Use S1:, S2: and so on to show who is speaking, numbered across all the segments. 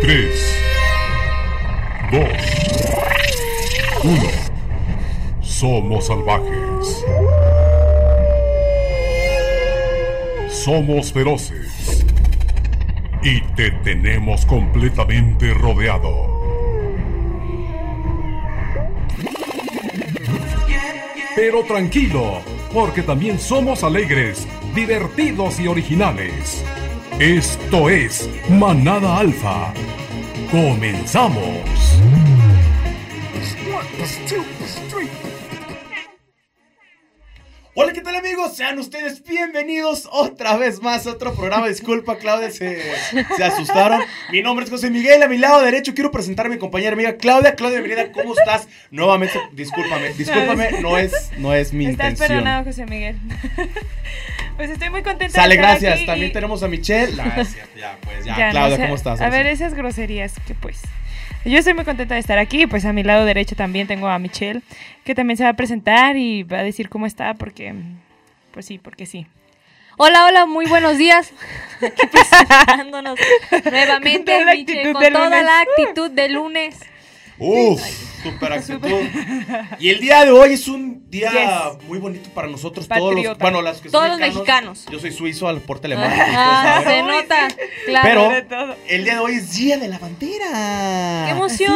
S1: 3, 2, 1. Somos salvajes. Somos feroces. Y te tenemos completamente rodeado. Pero tranquilo, porque también somos alegres, divertidos y originales. Esto es Manada Alfa. Comenzamos.
S2: Hola, ¿qué tal amigos? Sean ustedes bienvenidos otra vez más a otro programa. Disculpa, Claudia, se, se asustaron. Mi nombre es José Miguel, a mi lado derecho quiero presentar a mi compañera amiga Claudia. Claudia, bienvenida, ¿cómo estás? Nuevamente, discúlpame, discúlpame, no es, no es mi
S3: Estás
S2: intención.
S3: perdonado, José Miguel. pues estoy muy contenta
S2: Sale,
S3: de estar
S2: gracias.
S3: aquí
S2: También
S3: y-
S2: tenemos a Michelle. Gracias, ya, pues, ya.
S3: ya, no
S2: Claudia,
S3: sé.
S2: ¿cómo estás?
S3: A ver, esas groserías que pues... Yo estoy muy contenta de estar aquí, pues a mi lado derecho también tengo a Michelle, que también se va a presentar y va a decir cómo está, porque... Pues sí, porque sí.
S4: Hola, hola, muy buenos días. Aquí presentándonos nuevamente
S3: Con toda la
S4: Miche,
S3: actitud
S4: con
S3: del
S4: toda
S3: lunes.
S4: la actitud de lunes.
S2: Uf, super actitud. Y el día de hoy es un día
S3: Yes.
S2: muy bonito para nosotros todos los,
S3: Patriota.
S2: bueno, las que son
S4: Todos los mexicanos.
S2: Yo soy suizo al porte alemán. y
S4: Ah,
S2: ustedes
S4: se
S2: saben.
S4: nota, claro.
S2: Pero-
S3: De todo.
S2: El día de hoy es día de la bandera.
S4: ¡Qué emoción!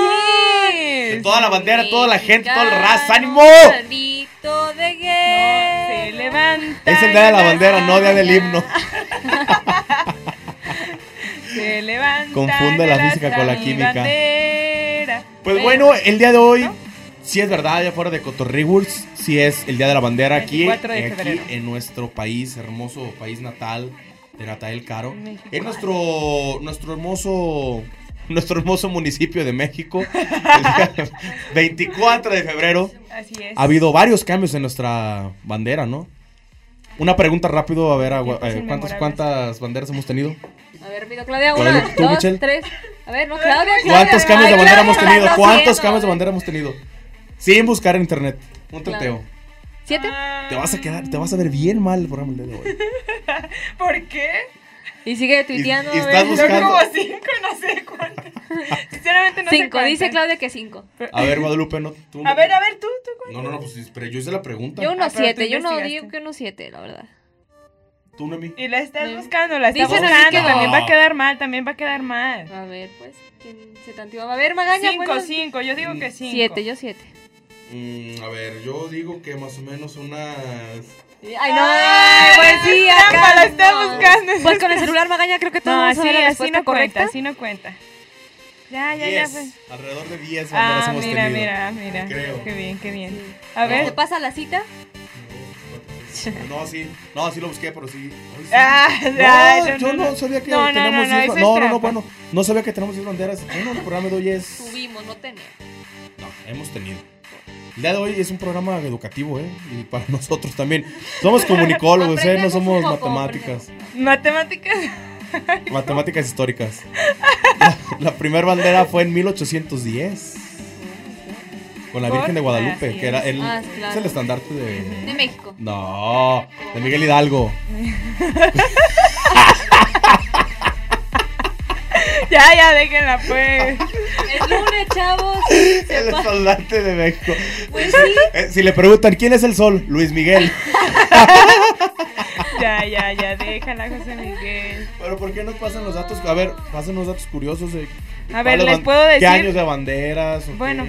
S2: De toda la bandera, toda la gente, toda la raza, ánimo.
S4: Grito de
S3: No, se
S4: guerra.
S3: levanta.
S2: Es el día de la
S3: y
S2: bandera, no día del
S4: ya.
S2: himno.
S3: Se levanta.
S2: Confunde la física con la química. Pues
S3: Pero-
S2: bueno, eh, el día de hoy,
S3: ¿No?
S2: si es verdad, allá afuera de Cotorrigurs, si es el día de la bandera aquí, eh,
S3: 24 de
S2: aquí
S3: febrero.
S2: en nuestro país, hermoso país natal de Natal Caro.
S3: México.
S2: En nuestro, nuestro hermoso. Nuestro hermoso municipio de México, el día 24 de febrero,
S3: Así es.
S2: ha habido varios cambios en nuestra bandera, ¿no? Una pregunta rápido, a ver, a- eh, ¿cuántas,
S3: inmemorables.
S2: ¿cuántas banderas hemos tenido?
S4: A ver, pido Claudia,
S2: Claudia,
S4: una,
S2: ¿tú,
S4: dos,
S2: Michelle?
S4: tres. A ver, no, Claudia, Claudia.
S2: ¿Cuántos cambios de
S4: Ay,
S2: bandera
S4: Claudia,
S2: hemos tenido?
S4: lo
S2: ¿Cuántos
S4: siento.
S2: cambios de bandera hemos tenido? Sin buscar en internet. Un trateo.
S4: ¿Siete?
S2: Te vas a quedar, te vas a ver bien mal el programa el día de hoy.
S3: ¿Por qué?
S4: Y sigue tuiteando. eh.
S2: y
S4: a
S2: estás
S4: ver.
S3: Son
S2: Buscando.
S3: como cinco, no sé cuántas. Sinceramente no sé
S4: Cinco,
S3: cuántas.
S4: dice Claudia que cinco.
S2: A ver, Guadalupe, no. tú-
S3: A ver, a ver, tú, tú. cuántas.
S2: No, no, no, pues pero yo hice la pregunta.
S4: Yo unos
S3: Ah, pero tú
S4: siete, yo no
S3: investigaste.
S4: digo que unos siete, la verdad.
S2: Tú, Noemi.
S3: Y la estás
S4: No.
S3: buscando, la estás
S4: Dicen
S3: buscando.
S4: así que no.
S3: También va a quedar mal, también va a quedar mal.
S4: A ver, pues, ¿quién se tanteó? A ver, Magaña,
S3: Cinco,
S4: ¿cuántos?
S3: cinco, yo digo que cinco.
S4: Ah, Siete, yo siete.
S2: Mm, a ver, yo digo que más o menos unas.
S4: Ay, no,
S3: Ay,
S4: pues sí,
S3: trampa,
S4: acá.
S3: la está
S4: no.
S3: buscando.
S4: Pues con el celular, Magaña, creo que todos
S3: No,
S4: vamos a
S3: así,
S4: ver la
S3: así
S4: respuesta
S3: no cuenta,
S4: correcta.
S3: así no cuenta. Ya, ya, ya. Pues.
S2: Diez. Alrededor de 10 banderas
S3: Ah,
S2: hemos
S3: mira,
S2: tenido.
S3: mira, mira.
S2: Creo.
S3: Qué bien, qué bien.
S4: Sí.
S3: A
S4: ¿Se
S3: ver.
S4: pasa la cita?
S2: No, sí, no, sí lo busqué, pero sí. Ay, sí.
S3: Ah,
S2: No, yo no, sabía que
S3: No, no,
S2: tenemos
S3: no, no,
S2: diez
S3: eso
S2: ba-
S3: es
S2: No, no, no,
S3: trampa.
S2: bueno, no sabía que tenemos 10 banderas. Bueno, el programa de hoy es.
S4: Subimos, no tenemos.
S2: No, hemos tenido. El día de hoy es un programa educativo, ¿eh? Y para nosotros también. Somos comunicólogos, ¿eh? No
S4: Aprendemos
S2: somos
S4: un poco,
S2: matemáticas.
S3: Matemáticas.
S2: Matemáticas históricas. La, primera bandera fue en 1810. Con la Virgen de Guadalupe,
S3: Así
S2: que era
S3: es.
S2: el,
S4: Ah, claro.
S2: es el estandarte
S4: De
S2: de.
S4: México.
S2: No, de Miguel Hidalgo.
S3: Ya, ya, déjenla pues.
S4: Es lunes, chavos.
S2: El estandarte de México.
S4: Pues sí.
S2: Eh, si le preguntan quién es el sol, Luis Miguel.
S3: Ya, ya, ya, déjala, José Miguel.
S2: Pero ¿por qué nos pasan los datos? A ver, pasan los datos curiosos de...
S3: A ver,
S2: cuáles
S3: ¿les
S2: ban-
S3: puedo
S2: ¿Qué
S3: decir?
S2: años de banderas? o qué?
S3: Bueno.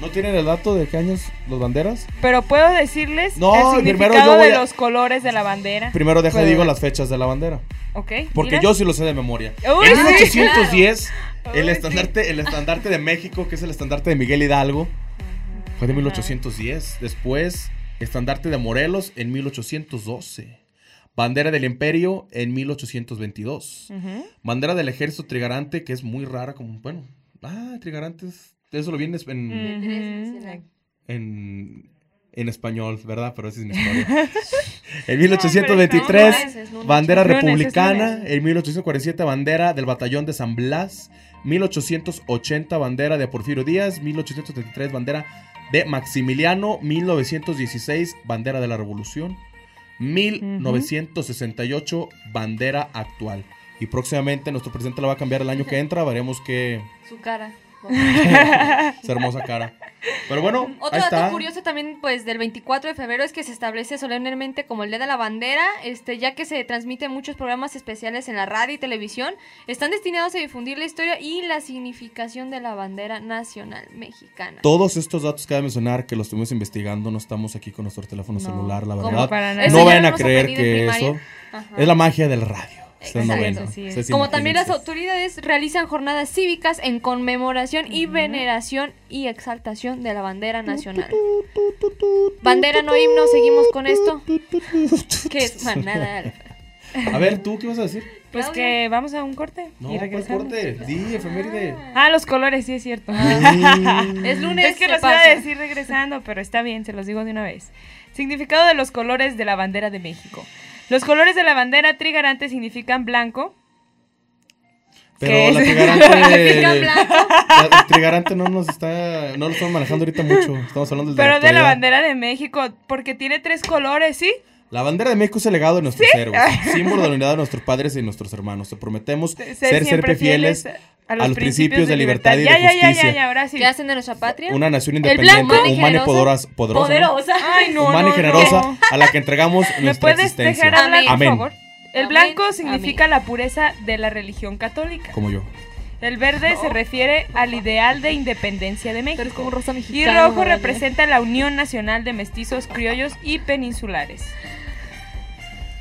S2: ¿No tienen el dato de qué años los banderas?
S3: Pero puedo decirles
S2: No,
S3: el
S2: primero
S3: significado
S2: yo voy
S3: de
S2: a-
S3: los colores de la bandera.
S2: Primero deja
S3: Pero-
S2: digo las fechas de la bandera.
S3: ¿Ok?
S2: Porque
S3: Pues, mira.
S2: yo sí lo sé de memoria.
S3: Uy,
S2: en
S3: sí,
S2: 1810,
S3: claro.
S2: el,
S3: Uy,
S2: estandarte, el estandarte de México, que es el estandarte de Miguel Hidalgo, fue de 1810. Después, estandarte de Morelos en 1812. Bandera del Imperio en 1822.
S3: Ujú.
S2: Bandera del ejército trigarante, que es muy rara, como, bueno, ah, trigarante, es- eso lo vi en, es-
S4: Mm.
S2: en,
S3: Ujú.
S2: en- en español, ¿verdad? Pero esa es mi historia. en 1823,
S4: lunes, es lunes.
S2: bandera
S3: Lunes, es
S2: republicana.
S3: lunes.
S2: En 1847, bandera del batallón de San Blas. 1880, bandera de Porfirio Díaz. 1873, bandera de Maximiliano. 1916, bandera de la Revolución. 1968, bandera actual. Y próximamente nuestro presidente la va a cambiar el año que entra. Veremos qué.
S4: Su cara.
S2: Esa hermosa cara. Pero bueno,
S4: Otro
S2: ahí
S4: dato
S2: está.
S4: curioso también, pues, del 24 de febrero es que se establece solemnemente como el Día de la Bandera, este, ya que se transmiten muchos programas especiales en la radio y televisión, están destinados a difundir la historia y la significación de la bandera nacional mexicana.
S2: Todos estos datos que cabe mencionar que los estuvimos investigando, no estamos aquí con nuestro teléfono
S4: No,
S2: celular, la
S4: como
S2: verdad.
S3: para nada. Eso
S2: No
S3: ya
S2: vayan
S4: lo
S2: a
S4: hemos
S2: creer
S4: aprendido en
S2: que
S4: primaria.
S2: eso
S4: Ajá.
S2: es la magia del radio. Ustedes no
S4: Exacto,
S2: ven.
S3: sí es.
S2: Ustedes
S4: Como también las
S2: imagínense.
S4: autoridades realizan jornadas cívicas en conmemoración y veneración y exaltación de la bandera nacional. Bandera no himno, seguimos con esto. Que es manada. alfa.
S2: A ver, ¿tú qué vas a decir?
S3: Pues
S4: Claudia.
S3: que vamos a un corte
S2: No,
S3: y
S2: ¿cuál
S3: regresamos.
S2: corte? Ah, Di, efeméride.
S3: Ah, los colores, sí es cierto.
S4: Ah. Es lunes.
S3: Es que
S4: se
S3: los iba
S4: pasa.
S3: a decir regresando, pero está bien, se los digo de una vez. Significado de los colores de la bandera de México. Los colores de la bandera trigarante significan blanco. ¿Qué
S2: Pero
S3: es?
S2: la
S4: Pican
S2: trigarante.
S4: blanco.
S2: la- el trigarante no nos está. No lo estamos manejando ahorita mucho. Estamos hablando del
S3: Pero de la
S2: actualidad.
S3: bandera de México, porque tiene tres colores, ¿sí?
S2: La bandera de México es el legado de nuestros héroes, símbolo de la unidad de nuestros padres y nuestros hermanos. Te prometemos ser, siempre, fieles, a los principios de libertad y
S3: ya,
S2: de
S3: ya, ya,
S2: justicia.
S3: ya, ya, ahora sí.
S4: ¿Qué hacen de nuestra patria?
S2: Una nación
S4: blanco,
S2: independiente,
S4: humana y
S2: humana y
S4: generosa.
S2: poderosa, poderosa, ¿no?
S4: Poderosa.
S3: Ay, no,
S2: humana
S3: no,
S2: y
S3: no.
S2: generosa, a la que entregamos
S3: ¿Me
S2: nuestra
S3: puedes
S2: existencia.
S3: dejar hablar,
S4: Amén.
S3: por
S2: Amén.
S3: favor? El
S4: Amén,
S3: blanco
S4: amén.
S3: significa la pureza de la religión católica.
S2: Como yo.
S3: El verde se refiere al ideal de independencia de
S4: Tú eres como
S3: México.
S4: un rosa
S3: Y
S4: mexicano.
S3: rojo
S4: vaya.
S3: representa la unión nacional de mestizos, criollos y peninsulares.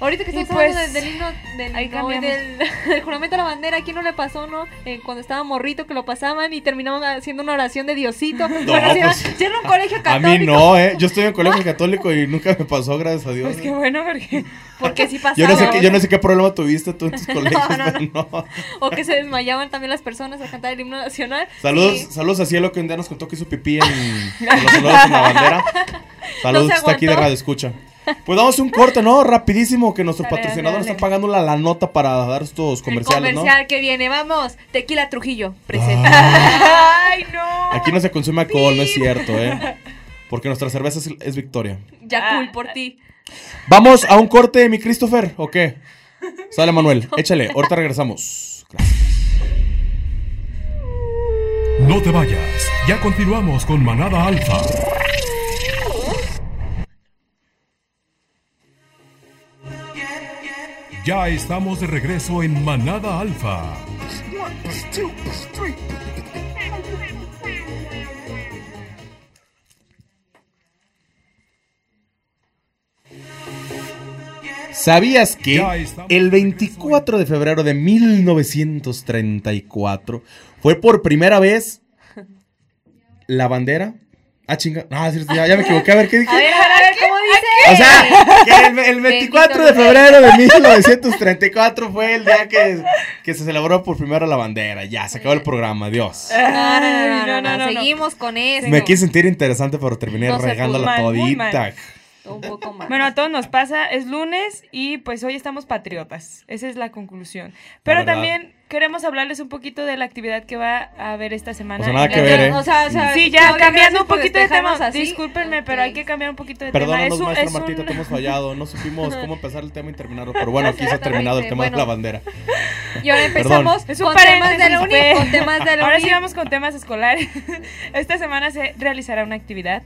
S4: Ahorita que
S3: Y
S4: estamos
S3: pues,
S4: hablando del himno del,
S3: ahí
S4: no,
S3: cambiamos.
S4: del, del juramento a la bandera, ¿a quién no le pasó, no? Eh, cuando estaba morrito que lo pasaban y terminaban haciendo una oración de Diosito. bueno, si era,
S2: pues,
S4: si era un colegio
S2: A
S4: católico.
S2: mí no, ¿eh? Yo estoy en colegio católico y nunca me pasó, gracias a Dios.
S3: Pues qué bueno, porque
S4: Porque sí pasaba.
S2: Yo no, sé
S3: pasaba.
S2: qué, yo no sé qué problema tuviste tú en tus colegios,
S4: ¿eh? No, no,
S2: pero no.
S4: O que se desmayaban también las personas al cantar el himno nacional.
S2: Saludos,
S4: Sí.
S2: saludos a Cielo que un día nos contó que hizo pipí en, en los olores en la bandera. Saludos,
S4: No se
S2: está aquí de
S4: aguantó.
S2: Radio Escucha. Pues damos un corte, ¿no? Rapidísimo, que nuestro
S3: Dale,
S2: patrocinador
S3: dale,
S2: está
S3: dale.
S2: pagando la, la nota para dar estos
S4: El
S2: comerciales, ¿no?
S4: comercial que viene, vamos. Tequila Trujillo, presenta.
S2: Ah,
S3: Ay, no.
S2: aquí no se consume alcohol, no es cierto, ¿eh? Porque nuestra cerveza es, es Victoria.
S4: Yakul por ti.
S2: Vamos a un corte, mi Christopher, ¿o qué? Sale Manuel, échale, ahorita regresamos. Gracias.
S1: No te vayas, ya continuamos con Manada Alfa. Ya estamos de regreso en Manada Alfa.
S2: ¿Sabías que
S1: Ya estamos
S2: el
S1: de regreso en-
S2: 24 de febrero de 1934 fue por primera vez la bandera? Ah, chinga. Ah, sí, ya, ya me equivoqué. A ver, ¿qué dije?
S4: A ver, a ver, ¿cómo dice?
S2: O sea, que el, el 24 de febrero de 1934 fue el día que, que se celebró por primera la bandera. Ya, se acabó el programa, Dios.
S4: No, no, no, no, no,
S3: no, no.
S4: Seguimos con eso.
S2: Me quise sentir interesante, pero terminé
S4: No se pudo.
S2: regándola
S3: Mal, muy mal.
S2: todita.
S4: Un poco más.
S3: Bueno, a todos nos pasa, es lunes y pues hoy estamos patriotas. Esa es la conclusión. Pero
S2: verdad.
S3: también queremos hablarles un poquito de la actividad que va a haber esta semana.
S2: O sea, nada
S3: Y
S2: que
S3: la-
S2: ver, ¿eh?
S4: O sea, o sea,
S3: Sí, ya
S4: Claudia,
S3: cambiando
S4: gracias
S3: un
S4: por
S3: poquito de tema.
S4: despejarnos así.
S3: Discúlpenme, pero
S4: Ok.
S3: hay que cambiar un poquito de tema.
S2: Perdónanos,
S3: Es un-
S2: maestro
S3: es
S2: Martita,
S3: un-
S2: te hemos fallado. No supimos cómo empezar el tema y terminarlo. Pero bueno, aquí se ha
S4: Exactamente,
S2: terminado el tema de la
S4: bueno.
S2: bandera.
S4: Y ahora empezamos
S3: Es un
S4: con temas de la
S3: paréntesis,
S4: uni.
S3: pues.
S4: Con temas de la
S3: Ahora
S4: uni.
S3: sí vamos con temas escolares. Esta semana se realizará una actividad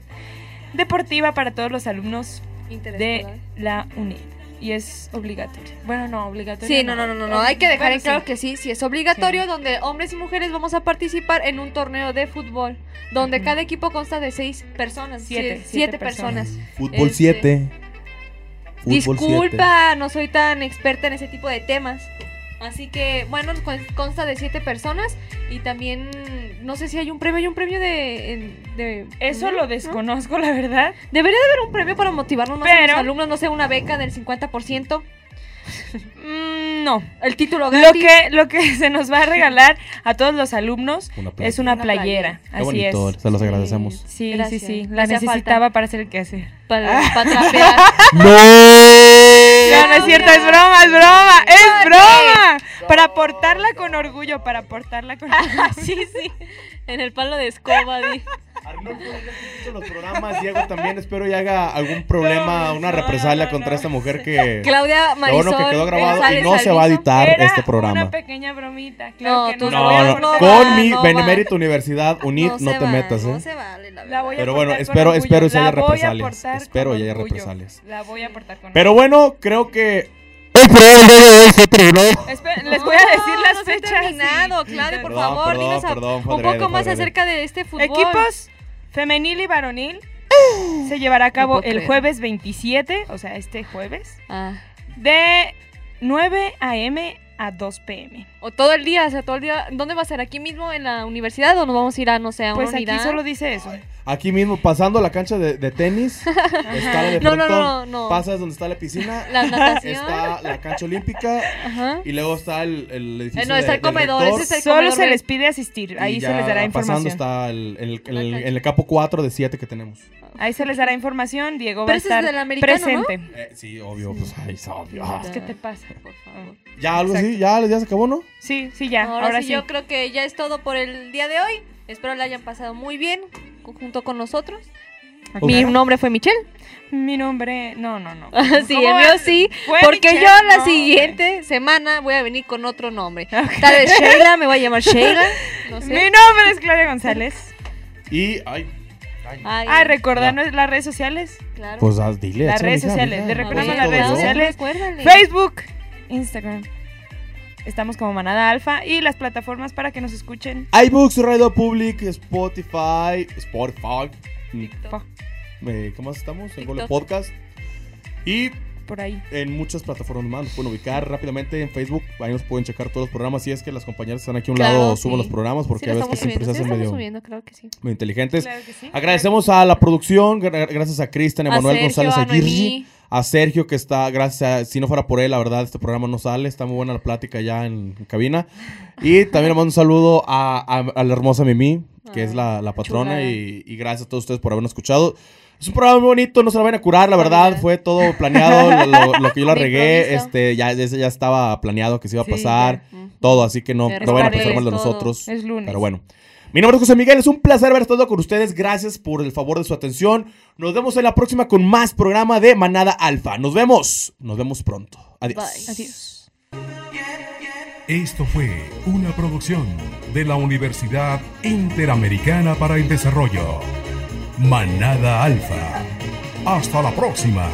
S3: deportiva para todos los alumnos de
S4: Interesante.
S3: la UNI. Y es obligatorio. Bueno, no, obligatorio.
S4: Sí, no, no, no, no, no, hay que dejar
S3: Bueno,
S4: en claro
S3: sí.
S4: que sí, sí es obligatorio,
S3: Sí.
S4: donde hombres y mujeres vamos a participar en un torneo de fútbol, donde
S3: Ujú.
S4: cada equipo consta de seis personas,
S3: Siete,
S4: siete,
S3: siete
S4: siete
S3: personas.
S4: personas.
S2: Fútbol
S4: Este,
S2: 7.
S4: Disculpa, no soy tan experta en ese tipo de temas. Así que, bueno, con- consta de siete personas y también, no sé si hay un premio, hay un premio de... en- de-
S3: Eso
S4: ¿no?
S3: lo desconozco, la verdad.
S4: Debería de haber un premio para motivarnos más a
S3: Pero-
S4: los alumnos, no sé, una beca del 50%,
S3: Mm, no.
S4: el título
S3: Lo
S4: gratis.
S3: que, lo que se nos va a regalar a todos los alumnos
S2: Una playa.
S3: es una
S4: Una playera.
S3: playera.
S2: Qué
S3: Así es.
S2: bonito, se los agradecemos.
S3: Sí,
S4: Gracias.
S3: sí, sí.
S4: Me
S3: La
S4: hacía
S3: necesitaba
S4: falta.
S3: para hacer el quehacer.
S4: Para, para trapear.
S2: ¡No!
S3: No, no es cierto, es broma, es broma, es broma. Para portarla con orgullo, para portarla con orgullo.
S4: sí, sí. En el palo de escoba, di.
S2: Arnulfo ya que hizo los programas, Diego también, espero y haga algún problema,
S3: No,
S2: una
S3: no,
S2: represalia
S3: no, no,
S2: contra
S3: no.
S2: esta mujer que...
S4: Claudia
S2: Lo
S4: Marisol.
S2: bueno que quedó grabado y
S4: González
S2: no se va a
S4: Alviso.
S2: editar
S3: Era
S2: este programa.
S3: Una pequeña bromita, claro
S4: No,
S3: que
S4: tú
S3: no.
S4: no
S3: la voy a
S2: No,
S4: vas, no
S2: no,
S3: cortar.
S4: vas.
S2: con mi
S4: no
S2: benemérita Universidad UNID no,
S4: se
S2: te
S4: va,
S2: metas, ¿eh?
S4: No se vale,
S3: La
S4: la verdad.
S3: voy a
S2: Pero bueno,
S3: cortar con
S2: espero-
S3: orgullo,
S2: espero ya
S3: la
S2: haya
S3: voy a
S2: represalias,
S3: cortar
S2: espero
S3: con
S2: ya haya
S3: orgullo,
S2: represalias.
S3: La voy a aportar con
S2: Pero bueno, creo que... El programa de hoy se terminó.
S3: Espe- les voy a decir
S4: No,
S3: las
S4: no se ha
S3: fechas. y-
S4: terminado, Claudia, por
S2: Perdón,
S4: favor,
S2: perdón,
S4: dinos a-
S2: perdón, fue
S4: un
S2: adrede,
S4: poco
S2: fue
S4: más
S2: adrede.
S4: acerca de este fútbol. ¡Ah!
S3: Equipos femenil y varonil se llevará a cabo
S4: puedo
S3: el
S4: creer.
S3: jueves 27, o sea, este jueves,
S4: Ah,
S3: de 9 a.m. a 2 p.m.
S4: o todo el día, o sea, todo el día. ¿Dónde va a ser? ¿Aquí mismo en la universidad o nos vamos a ir a, no sé, a una
S3: Pues aquí
S4: unidad?
S3: solo dice eso.
S2: Aquí mismo, pasando la cancha de, de tenis, está la de
S4: No, no,
S2: frontón,
S4: no, no.
S2: pasas donde está la piscina,
S4: La natación.
S2: está la cancha olímpica
S4: Ajá.
S2: y luego está el, el edificio
S4: Eh, no,
S2: de-
S4: está el
S2: del
S4: comedor,
S2: rector,
S4: ese es el
S3: Solo
S4: comedor
S3: se
S4: del-
S3: les pide asistir,
S2: y
S3: ahí se
S2: ya
S3: les dará
S2: pasando
S3: información.
S2: está el, el, el,
S4: La cancha.
S2: el capo 4 de 7 que tenemos.
S3: Ahí se les dará información, Diego va
S4: Pero
S3: a
S4: ese es
S3: estar
S4: del americano, ¿no?
S3: presente.
S2: Eh, sí, obvio, pues ahí es obvio.
S4: Ah.
S3: ¿Qué te pasa?
S4: Por favor.
S2: Ya, algo así,
S3: Exacto.
S2: ya, ya se acabó, ¿no?
S3: Sí, sí, ya,
S4: Ahora, sí, yo
S3: creo
S4: creo que ya es todo por el día de hoy. Espero la hayan pasado muy bien co- junto con nosotros. Mi
S2: Ok.
S4: nombre fue Michelle.
S3: Mi nombre, no, no, no.
S4: sí,
S3: ¿Cómo
S4: el
S3: va?
S4: mío sí.
S3: Fue
S4: Porque
S3: Michelle,
S4: yo la
S3: no,
S4: siguiente semana voy a venir con otro nombre. Tal vez Sheila, me voy a llamar Sheila. No
S3: Mi
S4: sé.
S3: nombre es Claudia González.
S2: Y, ay, ay.
S4: Ay,
S3: Ah, recordarnos las redes sociales.
S4: claro.
S2: Pues ah, dile. Pues,
S3: Las
S2: échale,
S3: redes
S2: mija,
S3: sociales,
S2: mija.
S3: le
S4: A ver,
S3: recordamos las redes
S4: Claudia,
S3: sociales.
S4: recuérdale.
S3: Facebook, Instagram. Estamos como Manada Alfa y las plataformas para que nos escuchen.
S2: iBooks, Radio Public, Spotify, Spotify.
S4: TikTok.
S2: eh, ¿Cómo más estamos? En
S4: TikTok.
S2: Google Podcast. Y
S3: Por ahí.
S2: en muchas plataformas más. Nos pueden ubicar rápidamente en Facebook. Ahí nos pueden checar todos los programas. Si es que las compañeras están aquí a un
S4: Claro,
S2: lado, suben
S4: sí.
S2: los programas porque
S4: Sí,
S2: a
S4: lo
S2: veces que siempre
S4: estamos subiendo,
S2: se
S4: sí, lo
S2: hacen
S4: estamos
S2: medio,
S4: subiendo, creo que sí.
S2: medio inteligentes.
S3: Claro que sí.
S2: Agradecemos a la producción, gra- gracias a Cristian, Emanuel
S4: Sergio,
S2: González
S4: a
S2: Aguirre,
S4: Noemí.
S2: a Sergio que está, gracias a, si no fuera por él, la verdad, este programa no sale, está muy buena la plática ya en, cabina. Y también le mando un saludo a, a- a la hermosa Mimi, que es la, la patrona,
S4: chulada.
S2: y, y gracias a todos ustedes por habernos escuchado. Es un programa muy bonito, no se lo van a curar, la verdad, fue todo planeado, lo, lo- lo que yo la
S4: De
S2: regué,
S4: improviso.
S2: este, ya, ese ya estaba planeado que se iba a
S3: Sí,
S2: pasar,
S4: claro.
S2: todo, así que no,
S4: Errores,
S2: no van a pensar mal de
S4: todo.
S2: nosotros.
S3: Es lunes.
S2: Pero bueno. Mi nombre es José Miguel, es un placer haber estado con ustedes. Gracias por el favor de su atención. Nos vemos en la próxima con más programa de Manada Alfa. Nos vemos. Nos vemos pronto. Adiós.
S4: Bye.
S3: Adiós.
S1: Esto fue una producción de la Universidad Interamericana para el Desarrollo. Manada Alfa. Hasta la próxima.